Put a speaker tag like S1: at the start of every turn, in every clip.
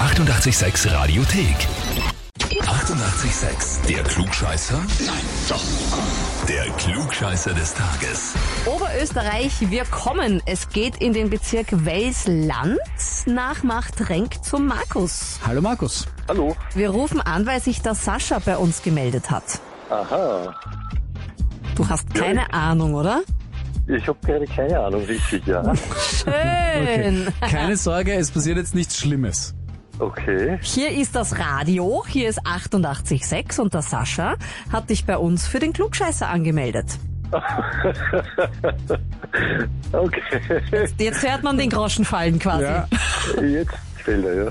S1: 886 Radiothek. 88,6. Der Klugscheißer? Nein, doch. Der Klugscheißer des Tages.
S2: Oberösterreich, wir kommen. Es geht in den Bezirk Welsland nach Machtrenk zum Markus.
S3: Hallo Markus.
S4: Hallo.
S2: Wir rufen an, weil sich der Sascha bei uns gemeldet hat.
S4: Aha.
S2: Du hast keine Ahnung, oder?
S4: Ich habe gerade keine Ahnung, richtig, ja.
S2: Schön.
S3: Keine Sorge, es passiert jetzt nichts Schlimmes.
S4: Okay.
S2: Hier ist das Radio, hier ist 88.6 und der Sascha hat dich bei uns für den Klugscheißer angemeldet.
S4: Okay.
S2: Jetzt hört man den Groschen fallen quasi.
S4: Jetzt fehlt er, ja.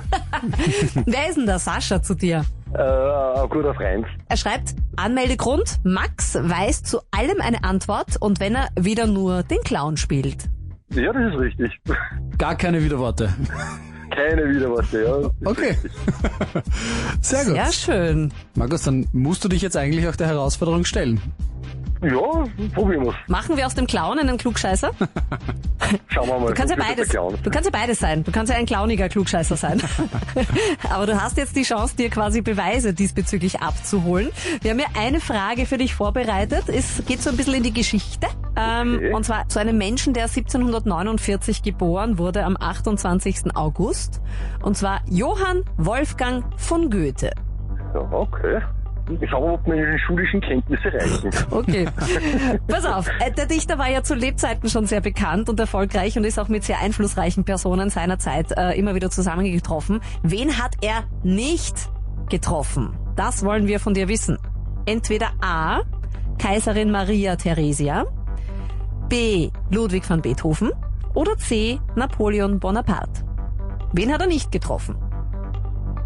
S2: Wer ist denn der Sascha zu dir?
S4: Äh, ein guter Freund.
S2: Er schreibt, Anmeldegrund, Max weiß zu allem eine Antwort und wenn er wieder nur den Clown spielt.
S4: Ja, das ist richtig.
S3: Gar keine Widerworte.
S4: Keine Widerworte, ja.
S3: Okay. Sehr gut.
S2: Ja, schön.
S3: Markus, dann musst du dich jetzt eigentlich auch der Herausforderung stellen.
S4: Ja, probieren wir's.
S2: Machen wir aus dem Clown einen Klugscheißer? Du
S4: Schauen wir mal. Du
S2: kannst ja beides, du kannst ja beides sein. Du kannst ja ein clowniger Klugscheißer sein. Aber du hast jetzt die Chance, dir quasi Beweise diesbezüglich abzuholen. Wir haben ja eine Frage für dich vorbereitet. Es geht so ein bisschen in die Geschichte. Ähm,
S4: Okay.
S2: Und zwar zu einem Menschen, der 1749 geboren wurde am 28. August. Und zwar Johann Wolfgang von Goethe.
S4: Ja, okay. Schauen wir, ob meine schulischen Kenntnisse reichen.
S2: Okay. Pass auf, äh, der Dichter war ja zu Lebzeiten schon sehr bekannt und erfolgreich und ist auch mit sehr einflussreichen Personen seiner Zeit äh, immer wieder zusammengetroffen. Wen hat er nicht getroffen? Das wollen wir von dir wissen. Entweder A. Kaiserin Maria Theresia, B. Ludwig van Beethoven oder C. Napoleon Bonaparte. Wen hat er nicht getroffen?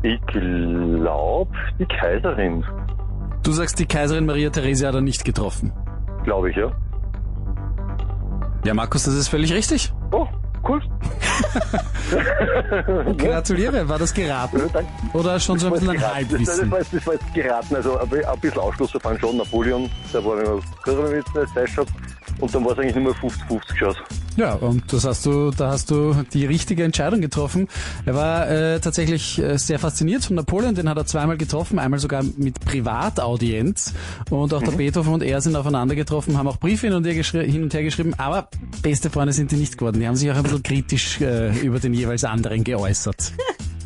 S4: Ich glaube, die Kaiserin,
S3: Du sagst, die Kaiserin Maria Theresia hat er nicht getroffen.
S4: glaube ich, ja.
S3: Ja, Markus, das ist völlig richtig.
S4: Oh, cool.
S3: Gratuliere, war das geraten?
S4: Ja, danke.
S3: Oder schon so ein bisschen ein
S4: Geraten. Das, das,
S3: Halbwissen?
S4: war, jetzt- das war jetzt geraten, also ein bi- ein bisschen Ausschlussverfahren schon. Napoleon, da war immer Kurvenwitz, Seischab. Und dann war es eigentlich nur 50-50 geschossen.
S3: Ja, und das hast du, da hast du die richtige Entscheidung getroffen. Er war äh, tatsächlich äh, sehr fasziniert von Napoleon, den hat er zweimal getroffen, einmal sogar mit Privataudienz. Und auch der Beethoven und er sind aufeinander getroffen, haben auch Briefe hin und her, geschri- hin und her geschrieben, aber beste Freunde sind die nicht geworden. Die haben sich auch ein bisschen kritisch äh, über den jeweils anderen geäußert.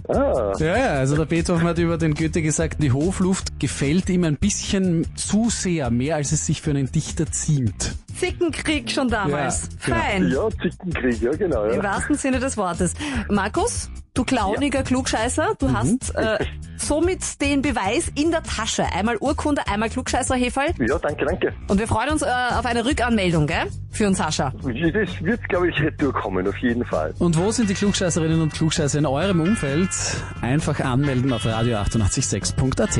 S4: Ah,
S3: Ja, ja, also der Beethoven hat über den Goethe gesagt, die Hofluft gefällt ihm ein bisschen zu sehr, mehr als es sich für einen Dichter ziemt.
S2: Zickenkrieg schon damals.
S3: genau.
S2: Fein.
S4: ja, Zickenkrieg, ja, genau.
S2: Im
S4: Ja.
S2: wahrsten Sinne des Wortes. Markus, du clowniger Klugscheißer, du hast äh, somit den Beweis in der Tasche. Einmal Urkunde, einmal klugscheißer Hefall.
S4: ja, danke, danke.
S2: Und wir freuen uns äh, auf eine Rückanmeldung, gell? Für uns Sascha.
S4: Das wird, glaube ich, retour kommen, auf jeden Fall.
S3: Und wo sind die Klugscheißerinnen und Klugscheißer in eurem Umfeld? Einfach anmelden auf radio886.at.